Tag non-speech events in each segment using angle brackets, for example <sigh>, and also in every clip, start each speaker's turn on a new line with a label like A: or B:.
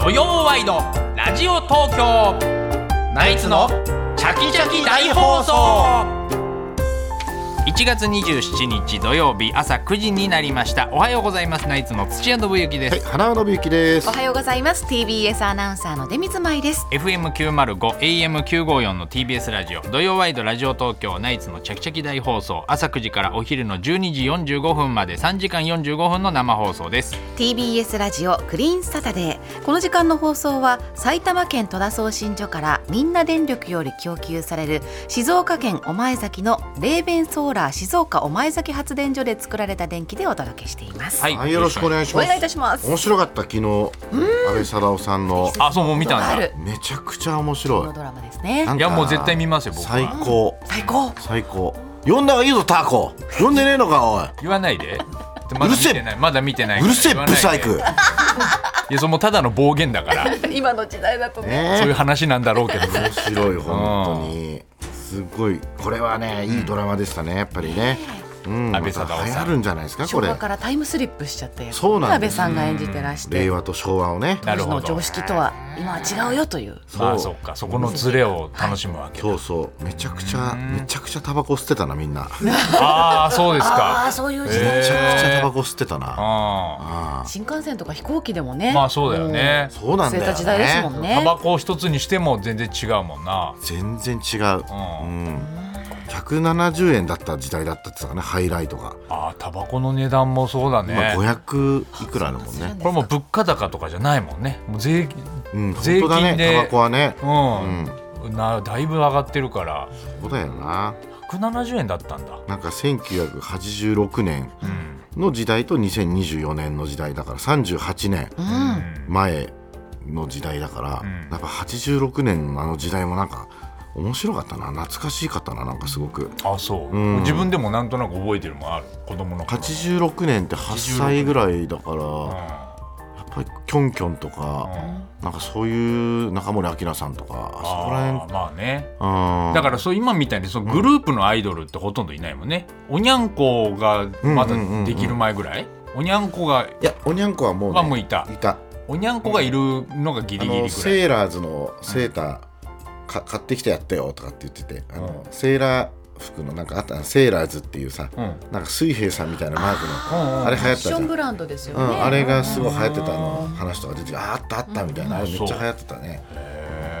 A: イのラジオ東京ナイツのチャキチャキ大放送1月27日土曜日朝9時になりましたおはようございますナイツの土屋信之です、
B: はい、花輪信之です
C: お。はようございます TBS アナウンサーの出水舞です
A: FM905 AM954 の TBS ラジオ土曜ワイドラジオ東京ナイツのチャキチャキ大放送朝9時からお昼の12時45分まで3時間45分の生放送です
C: TBS ラジオクリーンサタデーこの時間の放送は埼玉県戸田送信所からみんな電力より供給される静岡県御前崎のレーベンソーラー静岡御前崎発電所で作られた電気でお届けしています、
A: はい
B: はい、よろしくお願いします。
C: お願いいたします
B: 面白かった昨日、安倍貞夫さんの
A: あそうもう見たん
C: あ
A: だ
C: る
B: めちゃくちゃ面
C: こ
B: 白
C: の
B: い。
C: ドラマですね
B: なん
A: い
B: か
A: やもう絶対見ますよ僕は
B: 最高、
C: 最高
B: 最高。呼んだがいいぞタコ。呼んでねえのかおい。
A: 言わないでまだ見てないまだ見てないか
B: う
A: ら
B: るせえ
A: 言わな
B: ブ
A: いで
B: サイク。
A: いやそのただの暴言だから
C: 今の時代だとね
A: そういう
B: ね
A: 話なんだろう
B: <laughs>
A: けど
B: え、面白い本当に。すごいこれはねいいドラマでしたねやっぱりね。うん、
A: 安倍貞夫さん
B: また流行るんじゃないですか
C: 昭
B: これ
C: 和。からタイムスリップしちゃった役
B: そうなん
C: 安
B: で
C: 倍
B: す
C: さんが演じてらして
B: 令和と昭和をね。
A: なる
C: 当時
A: ほ
C: の
A: ど
C: 常識とは今は違うよという
A: まあそっかそこのズレを楽しむわけだ
B: そうそうめちゃくちゃめちゃくちゃタバコ吸ってたなみんな。
A: ああそうです
C: ああ
A: か
C: そういう時
B: めち
C: 代
B: ゃくちゃタバコ吸ってたな。
A: あ
B: あ
C: 新幹線とか飛行機でもね
A: ーまあそうだよね
B: あそうなんだよ、ね、
C: そういった時代ですもんね
A: タバコを一つにしても全然違うもんな
B: 全然違う、
A: う
B: うんん、170円だった時代だったって言ったかねハイライトが、
A: あータバコの値段もそうだね
B: 今500いくらあるもん
C: そうな
B: ね
C: んで
A: これもう物価高とかじゃないもんねもう税
B: うん
A: 税
B: 本
A: 金で
B: 当だねタバコはね
A: うん、なだいぶ上がってるから
B: そうだよな
A: 170円だったんだ
B: なんか1986年
A: うん
B: の時代と2024年の時代だから38年
C: うん
B: 前の時代だから、
A: うん
B: やっぱ86年のあの時代もなんか面白かったな懐かしかったななんかすごく
A: あそう、
B: うん
A: 自分でもなんとなく覚えてるもんある子供の頃の
B: 86年って8歳ぐらいだから、
A: う
B: やっぱりキョンキョンとか、
A: んうん
B: なんかそういう中森明菜さんとかあそこら
A: あーまあね
B: 辺
A: だからそう今みたいにそのグループのアイドルってほとんどいないもんねおにゃんこがまだできる前ぐらい、おにゃんこが
B: いやおにゃんこはもう、ね、
A: はもういた
B: いた
A: おにゃんこがいるのがギ
B: あ
A: リギリ
B: の
A: ぐらい
B: セーラーズのセーター、か買ってきてやったよとかって言っててあの、セーラー服のなんかあったセーラーズっていうさ、
A: うんうん
B: なんか水平さんみたいなマークの
A: う
B: あ
A: ん
B: れ流行
C: フ
B: っ
C: ァッ
B: た
C: シ
B: じゃ
C: ョン
B: ん、
C: ブランドですよ
B: う
C: ね、
B: ん、あれがすごい流行ってたあの話とか出てきてああったあったみたいな、あれめっちゃ流行ってたね、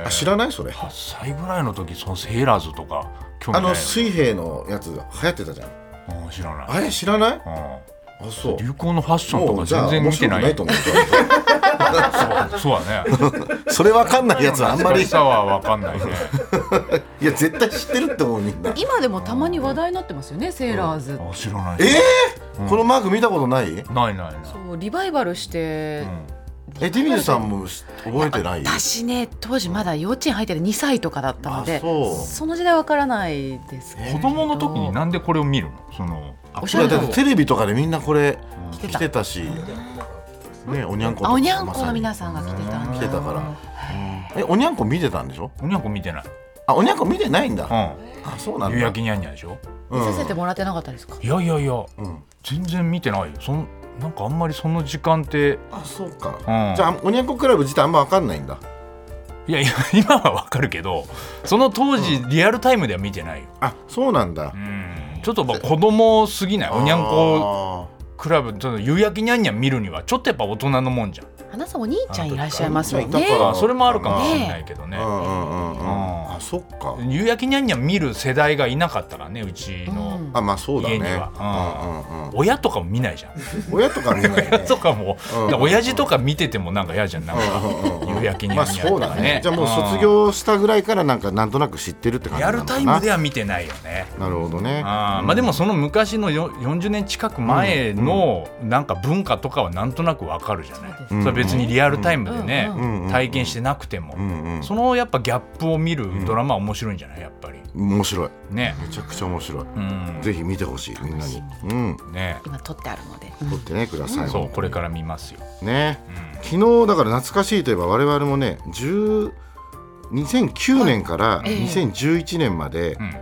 B: あ知らないそれ
A: 8歳ぐらいの時そのセーラーズとか興味な
B: あ
A: い
B: の
A: よ
B: 水平のやつ流行ってたじゃん
A: うん、知らない
B: あれ知らない
A: うん
B: あそう
A: 流行のファッションと
B: も
A: か
B: うじゃ
A: 全
B: あ
A: 然
B: 面
A: 見て
B: 白く
A: ない
B: ないと思う
A: そうそうだね
B: それわかんない <laughs> やつはあんまりい
A: さは分かんないね
B: や絶対知ってるって思うみんな
C: 今でもたまに話題になってますよねセーラーズ、
A: あ知らない
B: えーこのマーク見たことない
A: ないないない
C: そうリバイバルして、
B: えデビューさんもし覚えてない
C: 私ね当時まだ幼稚園入ってる2歳とかだったので
B: あそう
C: の時代わからないですけど
A: 子供の時になんでこれを見るのその
C: おし
B: こ
C: ゃれ
B: れ
C: な
B: だってテレビとかでみんなこれ
C: 着て
B: 着
C: た
B: てたしねおにゃんこと
C: あ
B: か
C: おにゃんこ
B: まさ
C: は
B: に
C: 皆さんが着てたんだ
B: 着てたからえおにゃんこ見てたんでしょ
A: おにゃんこ見てない、
B: あおにゃんこ見てないんだ
A: う
B: あそうなん
A: ん、
B: だ
A: 夕焼けにゃんにゃんでしょ
B: う
C: 見させて
B: ん
C: もらってなかったですか、
A: いやいやいや、
B: うん
A: 全然見てないよそんなんかあんまりその時間って
B: あそうか
A: うん
B: じゃあおにゃんこクラブ自体あんまわかんないんだ
A: いやいや <laughs> 今はわかるけどその当時リアルタイムでは見てないよ、
B: あそうなんだ
A: うん、ちょっとまあ子供すぎないおにゃんこ
B: こ
A: クラブその夕焼けにゃんにゃん見るにはちょっとやっぱ大人のもんじゃん
C: 花さんお兄ちゃんいらっしゃいますよ
B: あだ
C: ね
B: から
A: あそれもあるかもしれないけど
B: う
A: ね
B: んうんうんうん
A: うん
B: あそっか
A: 夕焼けにゃんにゃん見る世代がいなかったからねうちの、
C: うん
B: あまあそうだね
A: 家には
B: うんうんうん
A: 親とかも見ないじゃん
B: 親とか見ないね
A: 親とかも、
B: うん
A: だから親父とか見ててもなんか嫌じゃんなんか、 <laughs>
B: うん
A: 夕焼けに
B: ま
A: ゃ
B: あ
A: んにゃん
B: そ
A: と
B: う
A: か
B: だ
A: ね
B: ねじゃあもう卒業したぐらいからなんかなんとなく知ってるって感じ
A: リア
B: なの
A: ル
B: かな
A: タイムでは見てないよね
B: なるほどね
A: あーまあでもその昔のよ40年近く前のなんか文化とかはなんとなくわかるじゃない、
C: そう
B: ですね
A: それは別にリアルタイムでね、
C: うん
B: うんうんうん
A: 体験してなくても、
B: うんうん
A: そのやっぱギャップを見るドラマは面白いんじゃないやっぱり
B: 面白い
A: ね
B: めちゃくちゃ面白い
A: うん
B: ぜひ見てほしいみんなにうん
A: ね
C: 今撮ってあるので、
B: 撮ってねください
A: そうこれから見ますよ、
B: ね
A: うん
B: 昨日だから懐かしいといえば我々もね10 2009年から
C: ええ
B: 2011年まで
A: うん、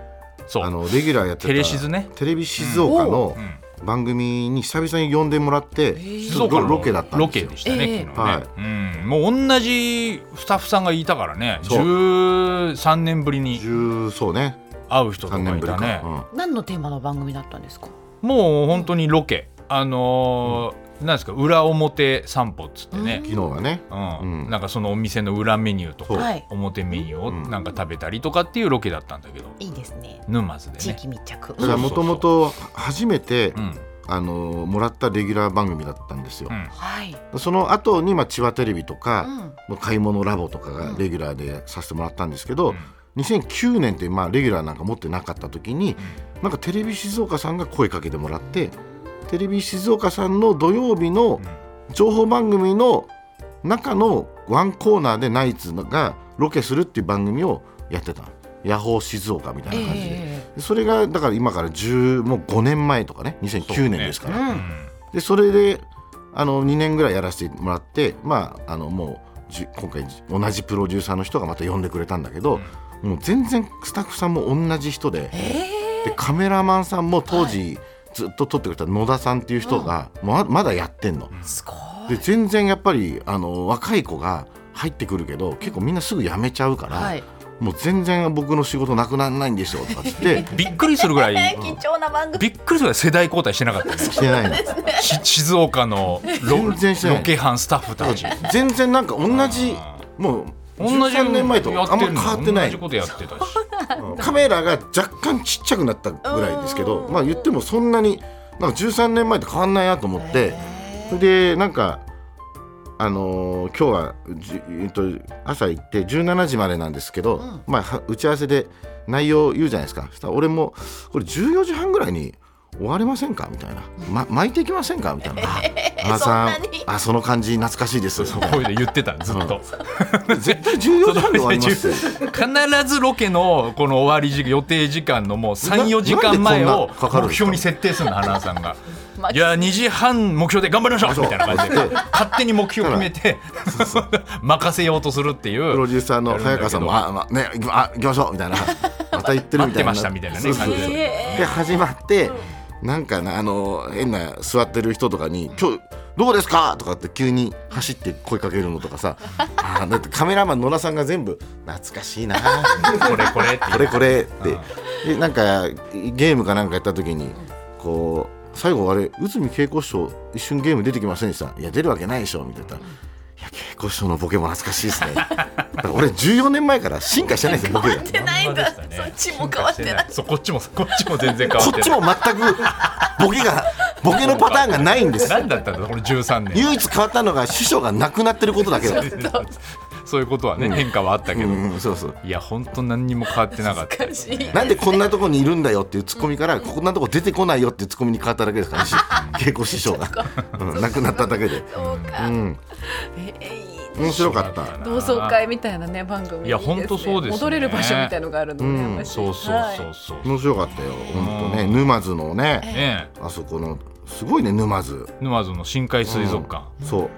A: そう
B: あのレギュラーやってた
A: テレシズね
B: テレビ静岡の
A: うん
B: 番組に久々に呼んでもらって、
C: ー
B: ちょっとロ
A: の
B: ロケだったんですよ
A: ロケでしたね、
C: ええ
A: 昨日ね、うん、もう同じスタッフさんがいたからね
B: そう
A: 13年ぶりに
B: 10そうね
A: 会う人とか
B: 3年
A: い
B: ぶり
A: た
B: か、
A: ね、
B: うん
C: 何のテーマの番組だったんですか
A: もう本当にロケあのーなんですか裏表散歩っつってね、
B: 昨日はね
A: うん
B: うん
A: なんかそのお店の裏メニューと
B: そう
A: か
C: はい
A: 表メニューを
B: うん
A: なんか食べたりとかっていうロケだったんだけど
C: いいですね
A: 沼津で
C: 地
A: ね。
C: 域密着、
B: だからもともと初めて、
A: うん
B: あのーもらったレギュラー番組だったんですよ
A: う、ん
C: はい、
B: その後にまあ千葉テレビと
C: う
B: か、
C: ん、
B: 買い物ラボとかがレギュラーでさせてもらったんですけど、
A: うん
B: 2009年ってまあレギュラーなんか持ってなかった時に、なんかテレビ静岡さんが声かけてもらってテレビ静岡さんの土曜日の情報番組の中のワンコーナーでナイツがロケするっていう番組をやってたヤホー静岡みたいな感じで、
C: え
B: でそれがだから今から10もう5年前とかね2009年ですから
C: う
A: うん
C: ん
B: でそれであの2年ぐらいやらせてもらってまああのもうじゅ今回じ同じプロデューサーの人がまた呼んでくれたんだけど、もう全然スタッフさんも同じ人で,、でカメラマンさんも当時ずっと撮ってくれた野田さんっていう人が、ままだやってんの。
C: すご
B: で全然やっぱりあの若い子が入ってくるけど結構みんなすぐ辞めちゃうから、
C: はい
B: もう全然僕の仕事なくならないんですよとかっつって
A: <laughs> びっくりするぐら
C: い、 <laughs>
A: い
C: 貴重な番組
A: びっくりするぐらい世代交代してなかったね
B: してないの。
A: し静岡の <laughs> ロ
B: 全然してない
A: ロケ班スタッフたち
B: 全然なんか同じ
A: あ
B: もう
A: 同じことやって
B: 13
A: る
B: 年前と
A: の
B: あんま変わってな
A: 同じ
B: い
A: ことやってたし
B: カメラが若干ちっちゃくなったぐらいですけど
C: うん
B: まあ言ってもそんなになんか13年前と変わんないなと思ってそれでなんかあのー今日はじ、えっと、朝行って17時までなんですけど、
C: ん
B: まあは打ち合わせで内容を言うじゃないですかそしたら俺もこれ14時半ぐらいに終われませんかみたいな、ま、巻いていきませんかみたい
C: <laughs>
B: な「あ、さん
C: そんなに
B: あその感じ懐かしい
C: <laughs>
B: です」
A: そう声で言ってたずっと
B: 絶対14時半で終わりますよ。
A: 必ずロケのこの終わり時予定時間のもう34時間前を
B: ななんでこんなかかるんですか
A: 目標に設定するの花さんが
C: まあ
A: いや2時半目標で頑張りましょうみたいな感じで
B: そう
A: 勝手に目標決めて任せようとするってい
B: プロ
A: う
B: デューサーの早川さんも「あ、まあね、行きまあ行きましょう」
A: <laughs>
B: みたいな「また行ってる」みた
A: 待って
B: いな
A: ましたみたいなね
B: そうそうそう
A: 感じ
C: で
B: で始まってなんかなあの変な座ってる人とかに「今日どうですか?」とかって急に走って声かけるのとかさあーだってカメラマン野田さんが全部「懐かしいな
A: これこれって
B: これこれ」ってでなんかゲームかなんかやった時にこう最後あれ内海恵子師匠一瞬ゲーム出てきませんでした「いや出るわけないでしょ」みたいな。いや恵子師匠のボケも懐かしいですね。だから俺14年前から進化してないん <laughs> ですよボケが。
C: 変わってないんだ、
A: ほまでした
C: <laughs> そ
A: ね
C: っちも変わってない
A: そうこっちもこっちも全然変わ
B: こ
A: って
B: っち
A: ない
B: も全くボケがボケのパターンがないんですよ
A: 何だったんだこれ13年
B: 唯一変わったのが師匠が亡くなってることだけだった
A: そういうことはね、変化はあったけ
B: う
A: ど、
B: んうんそうそう
A: いや本当何にも変わってなかった
C: 難しい
B: なんでこんなとこにいるんだよっていうツッコミからこんなとこ出てこないよっていうツッコミに変わっただけ <laughs> ですからし稽古師匠が、うん、亡くなっただけで、
C: そうか、
B: うん、
C: ええいい
B: 面白かった
C: 同窓会みたいなね番組
A: いやほんとそうですね
C: 戻れる場所みたいのがあるのね、
B: うん
C: やっぱり
A: そうそうそうそう、
B: 面白かったよ本当ね沼津のね
A: ええ
B: あそこのすごいね沼津
A: 沼津の深海水族館、
B: そう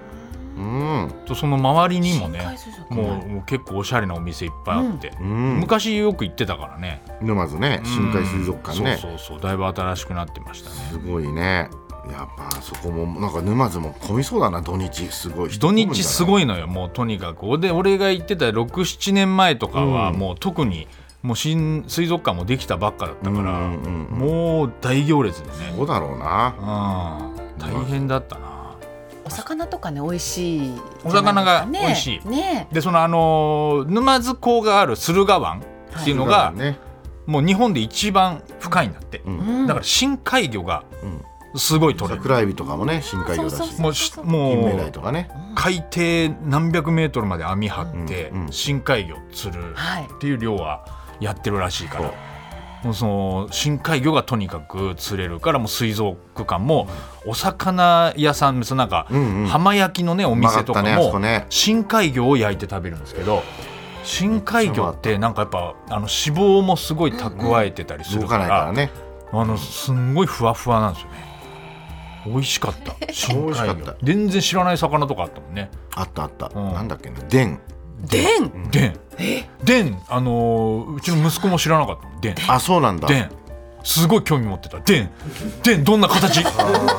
B: うん
A: とその周りにも
C: 深
A: ね
C: 海水族館
A: もうもう結構おしゃれなお店いっぱいあって、
B: うん
A: 昔よく行ってたからね
B: 沼津ね深海水族館
A: うん
B: ね
A: そうそうそうだいぶ新しくなってましたね
B: すごいねやっぱあそこもなんか沼津も混みそうだな土日すごい
A: 土日す
B: い
A: ごいのよもうとにかくで俺が行ってた67年前とかは
B: うん
A: もう特にもう新水族館もできたばっかだった
B: だ
A: か、
B: かららうんうんうん
A: もう大行列でね
B: そうだろうな
A: うん大変だったな
C: お魚とかね美味しいじゃないですかね
A: お魚が美味しい
C: ね
A: でそのあのー沼津港がある駿河湾っていうのが、
B: ね
A: もう日本で一番深いんだって、
B: うん
C: うん
A: だから深海魚が
B: うん
A: すごい取れる、
B: 桜エビとかもね深海魚だ
C: そうそう
B: し
C: そう
A: もうし
B: 金目
A: も
B: 鯛
A: う
B: とかね
A: 海底何百メートルまで網張って、
B: うんうん
A: 深海魚釣る
C: はい
A: っていう漁はやってるらしいから。もうその深海魚がとにかく釣れるからもう水族館もお魚屋さんそのなんか
B: うんうん
A: 浜焼きのねお店とか
B: うまかったねあそこ
A: も
B: ね
A: 深海魚を焼いて食べるんですけど深海魚ってなんかやっぱあの脂肪もすごい蓄えてたりする
B: 動
A: か
B: かないから
A: ら
B: ね
A: あのすんごいふわふわなんですよね美味しかった深
B: 美味しか
A: 海
B: っ
A: 魚
B: た
A: 全然知らない魚とかあったもんね
B: あったあった
A: うん
B: なんだっけなデン
C: でん
A: でんでんあのーうちの息子も知らなかったもんでん
B: あそうなんだ
A: でんすごい興味持ってた「でんでんどんな
B: <laughs>
A: 形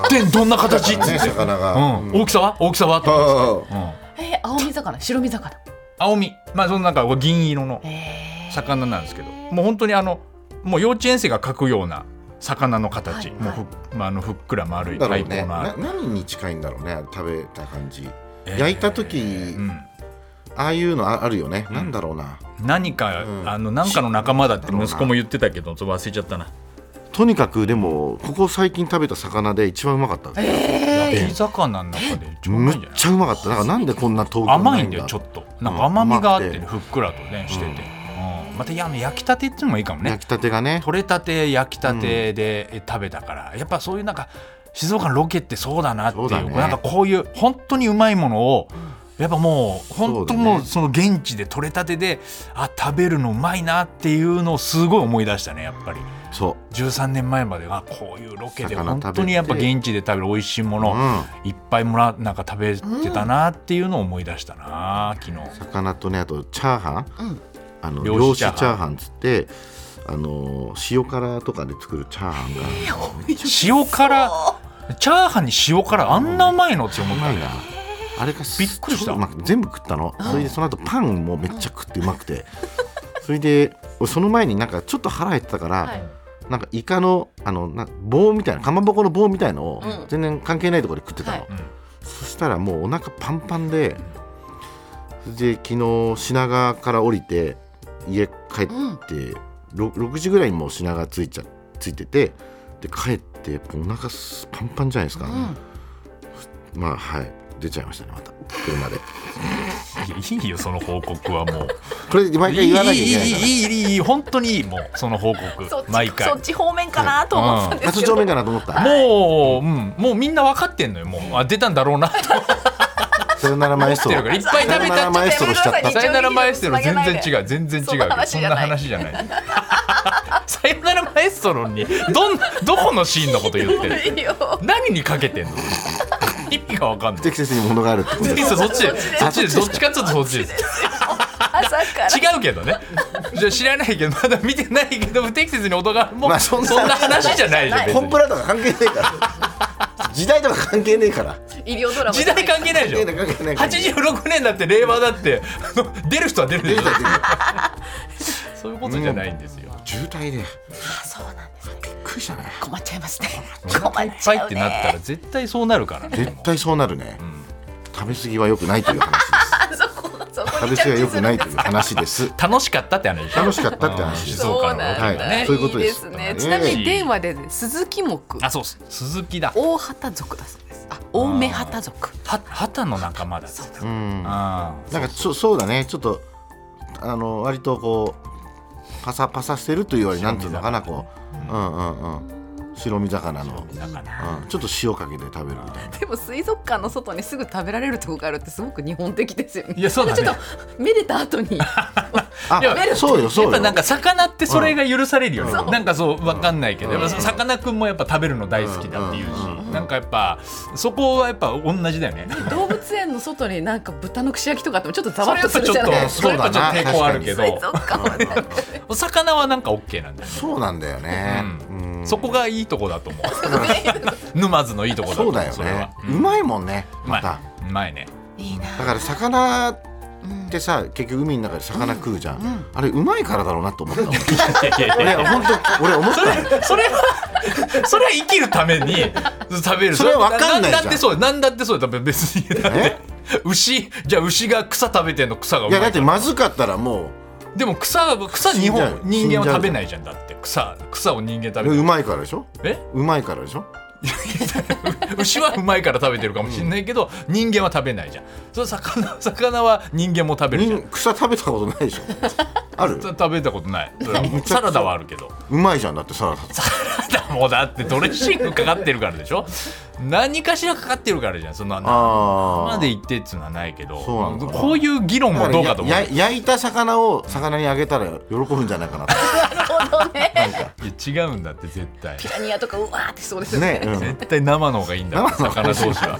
A: でんどんな形」っつ
B: ね
A: って、
B: 魚
A: う
B: が、
A: ん、大きさは大きさはとか
B: あ
A: うん
C: えー、青身魚白身魚
A: 青みまあそのなんか銀色の
C: えー
A: 魚なんですけどもう本当にあのもう幼稚園生が描くような魚の形、
C: はい
A: もう
C: はい
A: ふ,、まあ、あのふっくら丸
B: ー
A: い
B: だろ
A: 体
B: うね
A: 高のあ
B: な
A: る、
B: 何に近いんだろうね食べた感じ、
A: えー
B: 焼いた時、
A: うん、
B: ああいうのああるよね、
A: ん
B: なんだろうな
A: 何か、
B: うん
A: あの何かの仲間だって息子も言ってたけどちょっと忘れちゃったな
B: とにかくでもここ最近食べた魚で一番うまかった
C: え
A: 焼き魚の中で一番うま
B: む
A: い
B: っ
A: んじゃない
B: ちゃうまかっただからなんでこんな東京
A: 甘いんだ
B: な
A: よちょっと
B: ん
A: なんか甘みがあってね
B: 甘く
A: ふっくらとねしてて、うんまたいやあの焼きたてっていうのもいいかもね
B: 焼きたてがね
A: 取れたて焼きたてでえ食べたからやっぱそういうなんか静岡のロケってそうだなっていう
B: そうだね
A: なんかこういう本当にうまいものをやっぱもう本当
B: そうだね
A: もうその現地で取れたてであ食べるのうまいなっていうのをすごい思い出したねやっぱり
B: そ
A: 13年前まではこういうロケで
B: 魚
A: 本
B: 食べて
A: 当にやっぱ現地で食べる美味しいも
B: う、う
A: の
B: ん、
A: いっぱいもらなんか食べてたなっていうのを思い出したな昨日。
B: 魚とねあとチャーハン
C: うん
B: あの
A: 漁
B: 漁
A: 師
B: 師
A: チ
B: チ
A: ャ
B: ャ
A: ーハン
B: ーハンっつってあの塩辛とかで作るチャーハンが
A: 塩辛チャーハンに塩辛あんなうまいのって思
B: う
A: っ
B: ま
A: た
B: い
A: ね
B: なあれがす
A: びっくりした
B: 超うまくて全部食ったのそれでその後パンもめっちゃ食ってうまくてそれで俺その前になんかちょっと腹減ってたから、
C: はい
B: なんかイカのあのな棒みたいなかまぼこの棒みたいのを
C: うん
B: 全然関係ないところで食ってたの、
C: はい
B: そしたらもうお腹パンパンでそれで昨日品川から降りて家帰って、
C: うん
B: ろ 6, 時ぐらいにもう品川ついちゃついててで帰ってお腹すパンパンじゃないですか、
C: うん
B: まあはい出ちゃいましたねまた車で
A: いやいいよその報告はもう
B: これ毎回言わなきゃいけない
A: い
B: か
A: いいいいいいいい本当にいいもうその報告
C: そっち
A: 毎回
C: そっち方面かなと思ったんで
B: ら
C: す
B: 初
C: けど、
B: 丁目かなと思った
A: もう、うん、もうみんな分かってんのよもうあ出たんだろうなと思
B: さよならマエス
A: っ
B: ト
A: てる
B: ロ
A: からいっぱい食べた
B: マエストロしちゃった
A: さよならマエストロ全然違う全然違う
C: そんな話
A: そん
C: じゃ
A: な
C: ない
A: 話じゃない <laughs> さよならマエストロにどんどこのシーンのこと言ってる
C: <laughs> いいよ
A: 何にかけてんの意味が分かんない
B: 適切に物があるってこと
A: い
B: で
A: いですそっちでそっ
C: そっ
A: ち
C: ち
A: で
C: です
A: どっちかっていうとそっちです
C: 朝から
A: 違うけどねじゃあ知らないけどまだ見てないけど不適切に音がもう、
B: まあそんな
A: 話じゃないじゃん別
B: コン
A: に
B: プラとか関係ねえから時代とか関係ねえから
C: 医療ドラマ
A: 時代関係ないでしょ
B: 関係ない関係ない
A: 86年だって令和だってあの出る人は出るでしょ
B: 出てる
A: そういうことじゃないんですよ
B: 渋滞でびっ
C: あそうなんですね
B: くりしたね
C: 困っちゃいますね
A: お
C: <laughs> 困
A: 腹い
C: っ
A: っ
C: ち
A: ぱい
C: ゃ
A: っ
C: う
A: てなったら
C: ね
A: 絶対そうなるからね
B: 絶対そうなるね、
A: ん
B: 食べ過ぎは良くないという話です
C: あそこそこ
B: 食
C: に
B: べ
C: 着
B: 過ぎは
C: 地
B: 良
C: す
B: く
C: る
B: なんい
C: で
B: という話です
A: 楽しかったって話でしょ
B: 楽しかったって話です
A: うん静岡の
C: そう
B: な
A: ロ
B: ん
A: ケ
B: だ
A: だ
B: は
A: ね
B: いそういうことです
C: いいですね
B: ね
C: ちなみに電話で鈴木木
A: あそうっす鈴木だ
C: 大畑族だそうですあ大目畑族
A: は旗の仲間だっつってた
B: うんな
A: あ
B: んかちょそうだねちょっとあの割とこうパサパサしてるというよりなんていうのかなこう、うんうんうん白身魚の、
A: ーだから
B: うん、ちょっと塩かけて食べるみたいな
C: でも水族館の外にすぐ食べられるとこがあるってすごく日本的ですよね
A: いやそうだね
C: ちょっとめでた後に
A: いや
B: あそうよ
A: や
B: そ
A: っ
B: う
A: ぱ
B: よ
A: なんか魚ってそれが許されるよね、
B: うん
A: なんかそうわかんないけど、
B: うん
A: やっぱさかなクンもやっぱ食べるの大好きだっていうし、
B: うん
A: なんかやっぱそこはやっぱ同じだよね。
C: 動物園の外になんか豚の串焼きとかあってもちょっとざ
A: そ
C: わ
A: れ
C: っ
A: や
C: と
A: っぱち
C: する
A: ょ
C: じ
A: っ
C: ゃ
A: と
C: ないですか
A: それやっぱちょっと抵抗あるけ
C: 水
A: ど
C: 族
B: <laughs>
C: 館はなんか
A: お魚はなんか OK なんだよね、
B: そうなんだよね、うん
A: そこがいいとこだと思う沼津のいいとこだと
B: そ
A: 思
B: うだよ
A: それは
B: ね、うまいもんね
A: うま
B: ま
A: い
B: た
A: うまいね
C: いいな
B: だから魚っ
C: うん
B: てさ結局海の中で魚食うじゃん、あれうまいからだろうなと思ったもん
A: いやいやい
B: 俺
A: や
B: 本当俺思っ
A: そ
B: たの
A: れ <laughs> それはそれは生きるために食べる
B: それは分かんないじゃん
A: だってそうなんだってそうだって別にだって
B: え
A: 牛じゃあ牛が草食べてんの草がう
B: い
A: まい
B: や
A: から
B: だってまずかったらも
A: でも草は草日
B: 死んじゃ
A: 本
B: う
A: 人間は食べないじゃんだって草草を人間食べ
B: う
A: て
B: う
A: る
B: まいからでしょ
A: え
B: うまいからでしょ
A: 牛はうまいから食べてるかもしれないけど、人間は食べないじゃんそれ魚魚は人間も食べるじゃん
B: 人草食べたことない
A: <laughs>
B: でしょある
A: それ食べたことないそれはもう
B: めちゃくちゃ
A: サラダはあるけど <laughs>
B: うまいじゃんだってサラダとか
A: サラダもだってドレッシングかかってるからでしょ何かしらかかってるからじゃんそんな
B: あ
A: ま
B: あ
A: で言ってっつうのはないけど
B: そうなのかな
A: こういう議論もどうかと思う
B: やや焼いた魚を魚にあげたら喜ぶんじゃないかなと
C: なるほどどね
B: なんか
A: いや違うんだって絶対
C: ピラニアとかうわーってそうですよね
B: ね、
A: <laughs>
B: うん、そ
A: 絶対生の方がいいんだって
B: 生の方が
A: 魚
B: いい
A: 同士は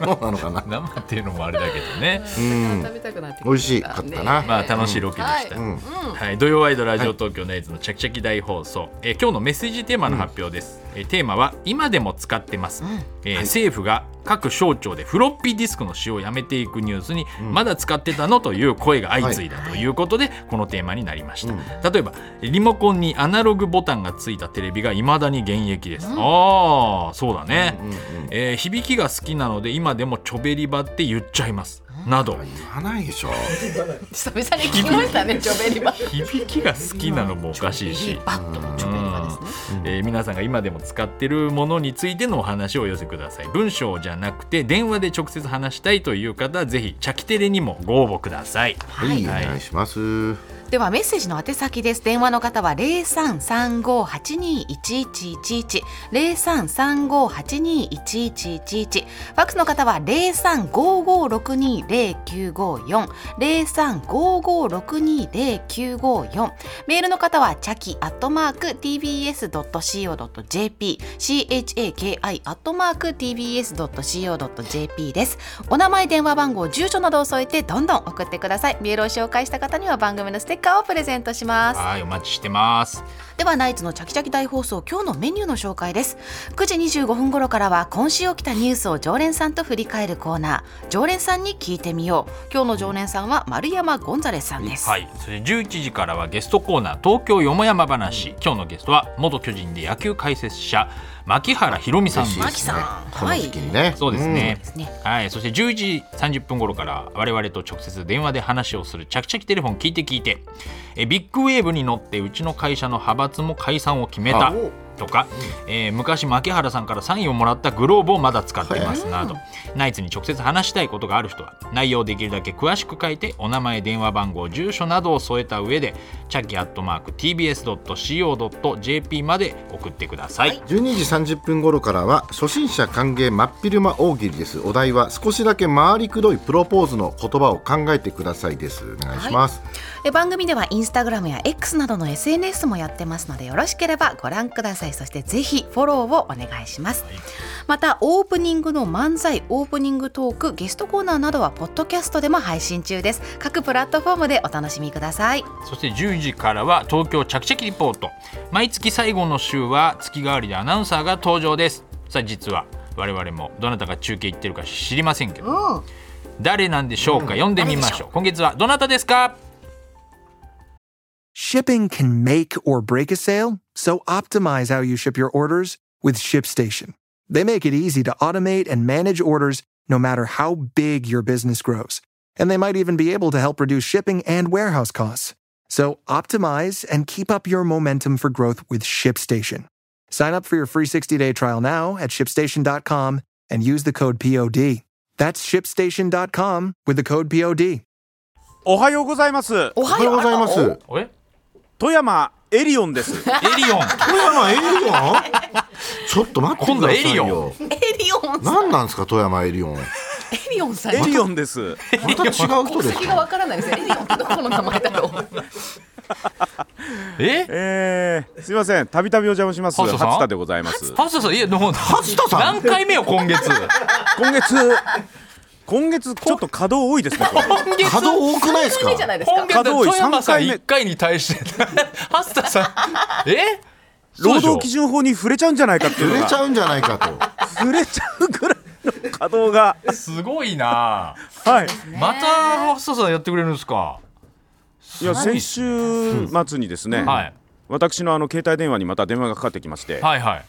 B: うなのかな
A: 生っていうのもあれだけどね
B: うん
C: 魚食べたくなってきまた
B: 美味しかったな
C: ね
A: まあ楽しいロケでした、
B: うんうん
A: はい、土曜ワイドラジオ東京ナイツのチャキチャキ大放送、えー今日のメッセージテーマの発表です、えーテーマは今でも使ってます、えー政府が各省庁でフロッピーディスクの使用をやめていくニュースに、まだ使ってたのという声が相次いだということで、このテーマになりました、例えばリモコンにアナログボタンがついたテレビがいまだに現役です、ああそうだね、
B: うんうん
A: えー響きが好きなので今でもちょべりばって言っちゃいます、など
B: 言わないでしょ
C: 久々に聞きましたねジョベリバ
A: 響きが好きなのもおかしいし、
C: バッともジョベリバですね
A: えー皆さんが今でも使ってるものについてのお話をお寄せください文章じゃなくて電話で直接話したいという方はぜひチャキテレにもご応募ください
B: はい、お願いします
C: ではメッセージの宛先です電話の方は零三三五八二一一一一零三三五八二一一一一ファックスの方は零三五五六二零九五四零三五五六二零九五四メールの方はチャキアットマーク tbs ドット co ドット jp chaki アットマーク tbs ドット co ドット jp ですお名前電話番号住所などを添えてどんどん送ってくださいメールを紹介した方には番組のステッカーをプレゼントします
A: はいお待ちしてます
C: ではナイツのチャキチャキ大放送今日のメニューの紹介です9時25分頃からは今週起きたニュースを常連さんと振り返るコーナー常連さんに聞いてみよう今日の常連さんは丸山ゴンザレスさんです
A: はいそれ11時からはゲストコーナー東京よもやま話、今日のゲストは元巨人で野球解説者牧原ひろみさんです
C: マキさん
B: この時期にね、
A: そうですね
B: ん、
C: ですね
A: はい、そして11時30分頃から我々と直接電話で話をするチャキチャキテレフォン聞いて聞いてえビッグウェーブに乗ってうちの会社の派閥も解散を決めた
B: あ
A: とか、えー昔牧原さんからサインをもらったグローブをまだ使ってますなどナイツに直接話したいことがある人は内容をできるだけ詳しく書いてお名前電話番号住所などを添えた上でチャキアットマーク TBS.CO.jp まで送ってください
B: 12時30分頃からは初心者歓迎真っ昼間大喜利ですお題は少しだけ回りくどいプロポーズの言葉を考えてくださいですお願いします、
C: え番組ではインスタグラムや X などの SNS もやってますのでよろしければご覧くださいそしてぜひフォローをお願いします、またオープニングの漫才オープニングトークゲストコーナーなどはポッドキャストでも配信中です各プラットフォームでお楽しみください
A: そして10時からは東京着々リポート毎月最後の週は月替わりでアナウンサーが登場ですさあ実は我々もどなたが中継行ってるか知りませんけど、誰なんでしょうか読んでみましょう今月はどなたですか
D: Shipping can make or break a sale, so optimize how you ship your orders with ShipStation. They make it easy to automate and manage orders no matter how big your business grows. And they might even be able to help reduce shipping and warehouse costs. So optimize and keep up your momentum for growth with ShipStation. Sign up for your free 60-day trial now at shipstation.com and use the code POD. That's shipstation.com with the code POD.
E: おはようございます
C: お
B: おはようございます
C: あら
B: 富
A: えエ
E: 富山エリオンです
A: <laughs> リオン
B: 山エリオンちょっと待ってください
A: 今度エリ
B: よ
C: おエリオンさん
B: 何なんですか富山エリオン
C: エリオンさん
E: エリオンです
B: また違う人です
C: 先 <laughs> が
B: か
C: わからないですよエリオンってどこの名前
B: <laughs>
C: だろう
A: え
E: えー、すいませんたびたびお邪魔します
A: ハッサさん
E: 初田でございます
A: パスタさんいやでも初
B: 田さん
A: 何回目よ今月
E: 今月今月ちょっと稼働多いですねこれ
A: 今月
B: 稼働多くないですか
C: いいじゃないです
A: 今
C: か
A: 月
E: 稼働
A: 富
E: 多い
A: 山さん
E: 三回目
A: 1回に対して <laughs> ハスタさんえ
E: 労働基
A: 準
E: 準法に触れちゃうんじゃないかってい
B: 売
E: うの
B: れ
E: が
B: ちゃうんじゃないかと
E: 触れちゃうぐらいの稼働が
A: すごいな
E: はい
A: またハスタさんやってくれるんですか
E: いや先週末にですね、
A: はい
E: 私のあの携帯電話にまた電話がかかってきまして、
A: はいはい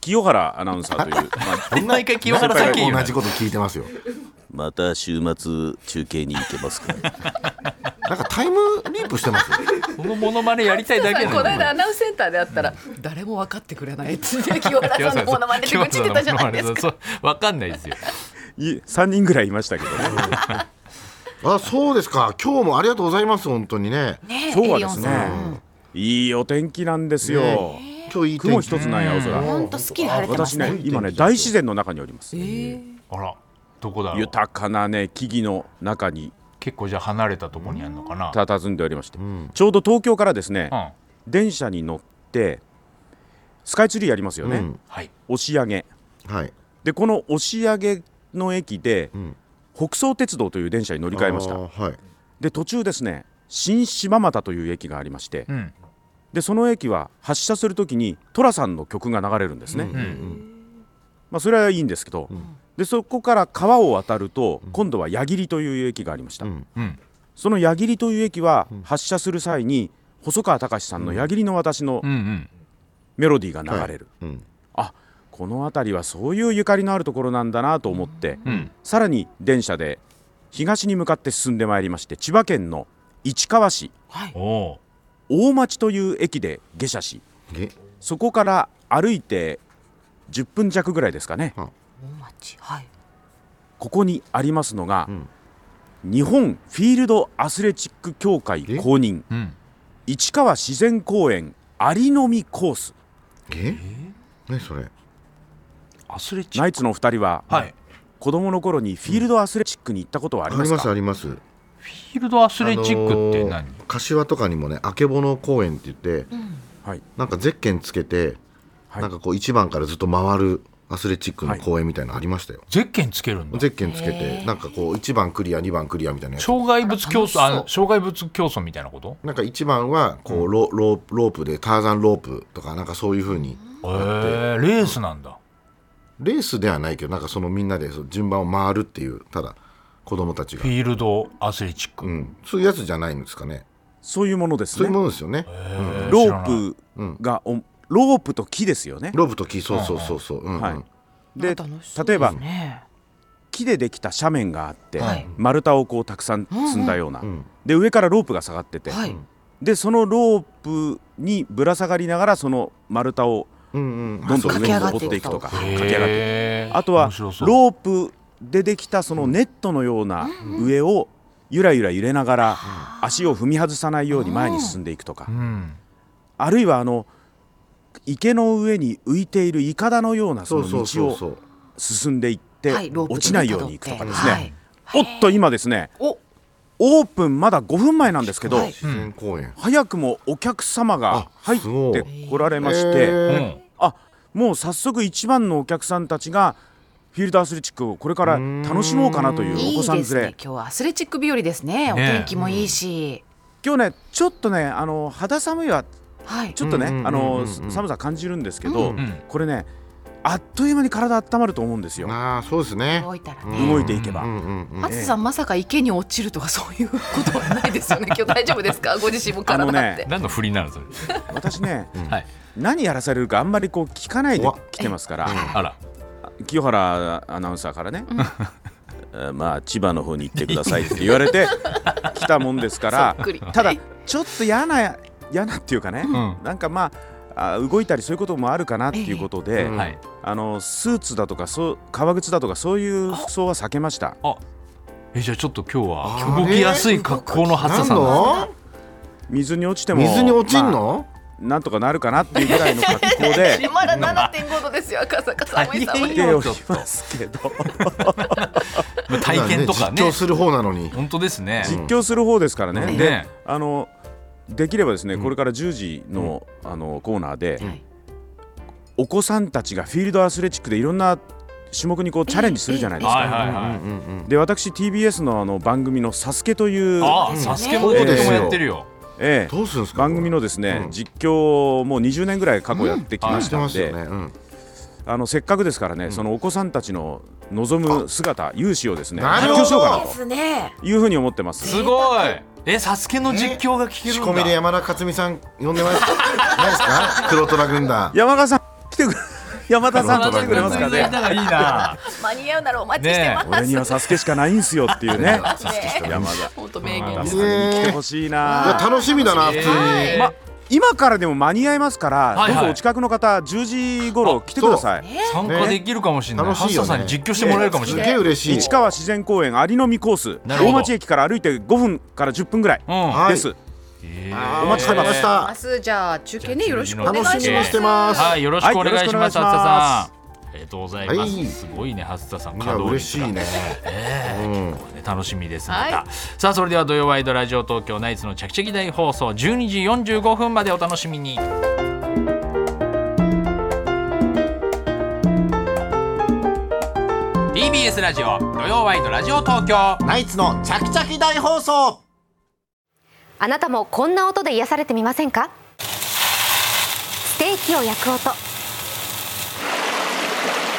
E: 清原アナウンサーという、まあ、
A: 毎回清原さん経由
B: 同じこと聞いてますよ
F: <laughs> また週末中継に行けますか
B: なんかタイムリープしてますよ
A: このモノマネやりたいだけな
C: <laughs> この
A: のに
C: 間アナウンスセンターで会ったら誰も分かってくれないって清原さんのモノマネで愚痴ってたじゃないですか
A: かわかんないですよ
E: <laughs> い3人ぐらいいましたけどね
B: あそうですか今日もありがとうございます本当にね
C: ねえ
E: 今
C: エリ
E: 日はで
C: オン
E: す
C: さん
E: ねいいお天気なんですよ、
B: ね今日いい天
E: 雲
B: 気
E: 一つない青空、
C: 本当好きり晴れてます
E: 私
C: ね。
E: ね今ね大自然の中におります、
A: あらどこだろう
E: 豊かなね木々の中に
A: 結構じゃあ離れたとこにあるのかな
E: 佇んでおりまして、ちょうど東京からですね、
A: う
E: 電車に乗ってスカイツリーやりますよね、
B: うん
A: はい
E: 押上
B: はい、
E: でこの押上の駅で
B: うん、
E: 北総鉄道という電車に乗り換えました
B: あーはい
E: で途中ですね新柴又という駅がありまして、
A: うん
E: でその駅は発車するときに寅さんの曲が流れるんですね、
B: うんうん
E: まあ、それはいいんですけど、
B: ん
E: でそこから川を渡ると、今度は矢切という駅がありました、
B: うん
A: うん
E: その矢切という駅は発車する際に細川たかしさんの「矢切の私」の
A: うんうん
E: メロディーが流れる、
B: うんうん
E: あこの辺りはそういうゆかりのあるところなんだなと思って、
A: ん
E: さらに電車で東に向かって進んでまいりまして千葉県の市川市
A: おお
E: 大町という駅で下車し
B: え
E: そこから歩いて10分弱ぐらいですかね
C: 大町 <laughs> はい
E: ここにありますのが、
B: ん
E: 日本フィールドアスレチック協会公
A: ー
E: 認
A: うん
E: 市川自然公園有のみコース
B: え何それ
A: アスレチッ
E: ナイツのお二人は、
A: クはい
E: 子供の頃にフィールドアスレチックに行ったことはあ
B: あ
E: り
B: り
E: ま
B: ます
E: か
B: すあります
A: フィールドアスレチックって何
B: あのー柏とかにもねあけぼの公園って言って、
E: はい
B: なんかゼッケンつけて、
E: はい
B: なんかこう一番からずっと回るアスレチックの公園みたいなのありましたよ、
A: ゼッケンつけるんだ
B: ゼッケンつけてなんかこう一番クリア二番クリアみたいなやつ
A: 障害物競争あ
C: 楽
A: の障害物競争みたいなこと
B: なんか一番はこうロロープロープでターザンロープとかなんかそういう風に
A: えー、レースなんだ
B: レースではないけどなんかそのみんなでその順番を回るっていうただ子供たちが
A: フ、ィールドアスレチック、
B: うん、そういうやつじゃないんですかね
E: そういうものです
B: そう
E: ね
B: いうものですよね、
E: ロープがおロープと木ですよね、
B: ロープと木そうそうそうそう、うんうん
E: はいで
C: 楽しそう
E: 例えば
C: ね
E: 木でできた斜面があって、
A: はい
E: 丸太をこうたくさん積んだような、
B: ん
E: で上からロープが下がってて、
C: はい
E: でそのロープにぶら下がりながらその丸太を
B: うんうん
E: どんどん
C: あそう
E: 上に登っていくとか
A: へー
E: 駆け上がっていくあとは
A: 面白そう
E: ロープでできたそのネットのような上をゆらゆら揺れながら足を踏み外さないように前に進んでいくとか
A: うん
E: あるいはあの池の上に浮いているいかだのようなそ
B: そうそ
E: の
B: うそ
E: 道
B: うそ
E: を
B: う
E: 進んでいっ
C: はい
E: て
C: ロープで
E: 落ちないようにいくとかです
C: はい
E: ねおっと今ですね
C: お
E: オープンまだ5分前なんですけど
C: はい
B: 自然公園、
E: 早くもお客様が入ってこられまし
B: え
E: て。
A: う
B: ー
A: ん
E: あもう早速一番のお客さんたちがフィールドアスレチックをこれから楽しもうかなというお
C: い
E: 子
C: い
E: さん
C: で
E: 連
C: す
E: れ
C: ね今日はアスレチック日和ですねお
A: ね
C: 天気もいいし、
E: 今日ねちょっとねあの肌寒いは
C: はい
E: ちょっとね
B: うんうんうんうん
E: あの寒さ感じるんですけど、
A: んうん
E: これねあっという間に体温まると思うんですよ
B: ああそうですね
C: 動いたら
E: 動
C: ね、
E: いていけば、
B: うんうんうん
C: あつさんまさか池に落ちるとかそういうことはないですよね今日大丈夫ですかご自身も体だって、
A: 何の振りなのそれ
E: 私ね
A: はい
E: 何やらされるかあんまりこう聞かないで来てますから
A: あら
E: 清原アナウンサーからね、
F: あ
E: <laughs>
F: まあ千葉の方に行ってくださいって
E: 言われて来たもんですか
C: そっくり
E: らただちょっと嫌な嫌なっていうかね、
A: ん
E: なんかまああ動いたりそういうこともあるかなっていうことで、
A: んはい
E: あのスーツだとかそう革靴だとかそういう服装は避けました
A: あえじゃあちょっと今日
B: あ
A: は
B: れ
A: 動きやすい格好の初
B: 何
A: さんだ
B: の
E: 水に落ちても
B: 水に落ちん
E: ま
B: の、
E: あなんとかなるかなっていうぐらいの格好
C: <laughs>
E: で
C: まだ7.5度ですよ赤坂寒い寒
E: 来
C: い
E: ておりますけど
A: まあ体験とかね
B: 実況する方なのに
A: 本当ですね
E: 実況する方ですからね、
A: ね
E: であのできればですねこれから10時の,、あのコーナーで、
C: はい
E: お子さんたちがフィールドアスレチックでいろんな種目にこうチャレンジするじゃないですか。
A: はいはいはい、
B: うんうん
E: で私 TBS のあの番組の「サスケという、
A: ああ
C: うん
A: サスケもとてもやってるよ、
E: ええ
B: どうするんですか
E: 番組のですね、
B: うん
E: 実況をもう20年ぐらい過去やってきま
B: 話
E: し
B: して
E: た
B: ま
E: の
B: す
E: で、
B: よね、うん、
E: あのせっかくですからね、そのお子さんたちの望む姿勇姿をですね
B: な
E: 発
B: るほど
E: 表しようかな
C: ですね
E: というふうに思ってます
A: すごいえサスケの実況が聞け
B: 仕
A: るんだ、
B: 込みで山田勝美さん呼んでますないですか黒虎軍団
E: 山川さん来てくれ山田さん来てくれますか
A: や
E: ね
A: だからいいな
C: 間に合うならお待ちしてます、
E: 俺には「サスケしかないんすよってい
A: <laughs>
E: うね
C: ね
E: 山田
C: 本当名言
E: 山
C: で
E: 田
C: す
E: さんに来てほしい
B: いや
E: な
B: 楽しみだな普通に、
A: えー
E: ま今からでも間に合いますから、
A: はいはい
E: どうぞお近くの方10時頃来てください
A: 参加できるかもしれない、
B: ね
A: ハッサさんに実況してもらえるかもし
B: す
A: れ
B: げ
A: ない、
B: え嬉しい
E: 市川自然公園有のみコース
A: なるほど
E: 大町駅から歩いて5分から10分ぐらい
A: うん
B: はい
E: です、
A: えー
B: あーお待ちしてました
C: 明日じゃあ中継ねよろしくお願いし
B: 楽
C: ます
B: しみにしてます
A: はいよろしくお願いします、ハッサさんりがとうございます、
B: はい
A: すごいね初田さん
B: いや
A: 稼働
B: 嬉
A: 率
B: し
A: が
B: いね、
A: ええ
B: うん
A: ね楽しみですま
C: はい
A: た、さあそれでは土曜ワイドラジオ東京ナイツの着々大放送12時45分までお楽しみに「TBS ラジオ土曜ワイドラジオ東京」
B: ナイツのチャキチャキ大放送
G: あなたもこんな音で癒されてみませんかステーキを焼く音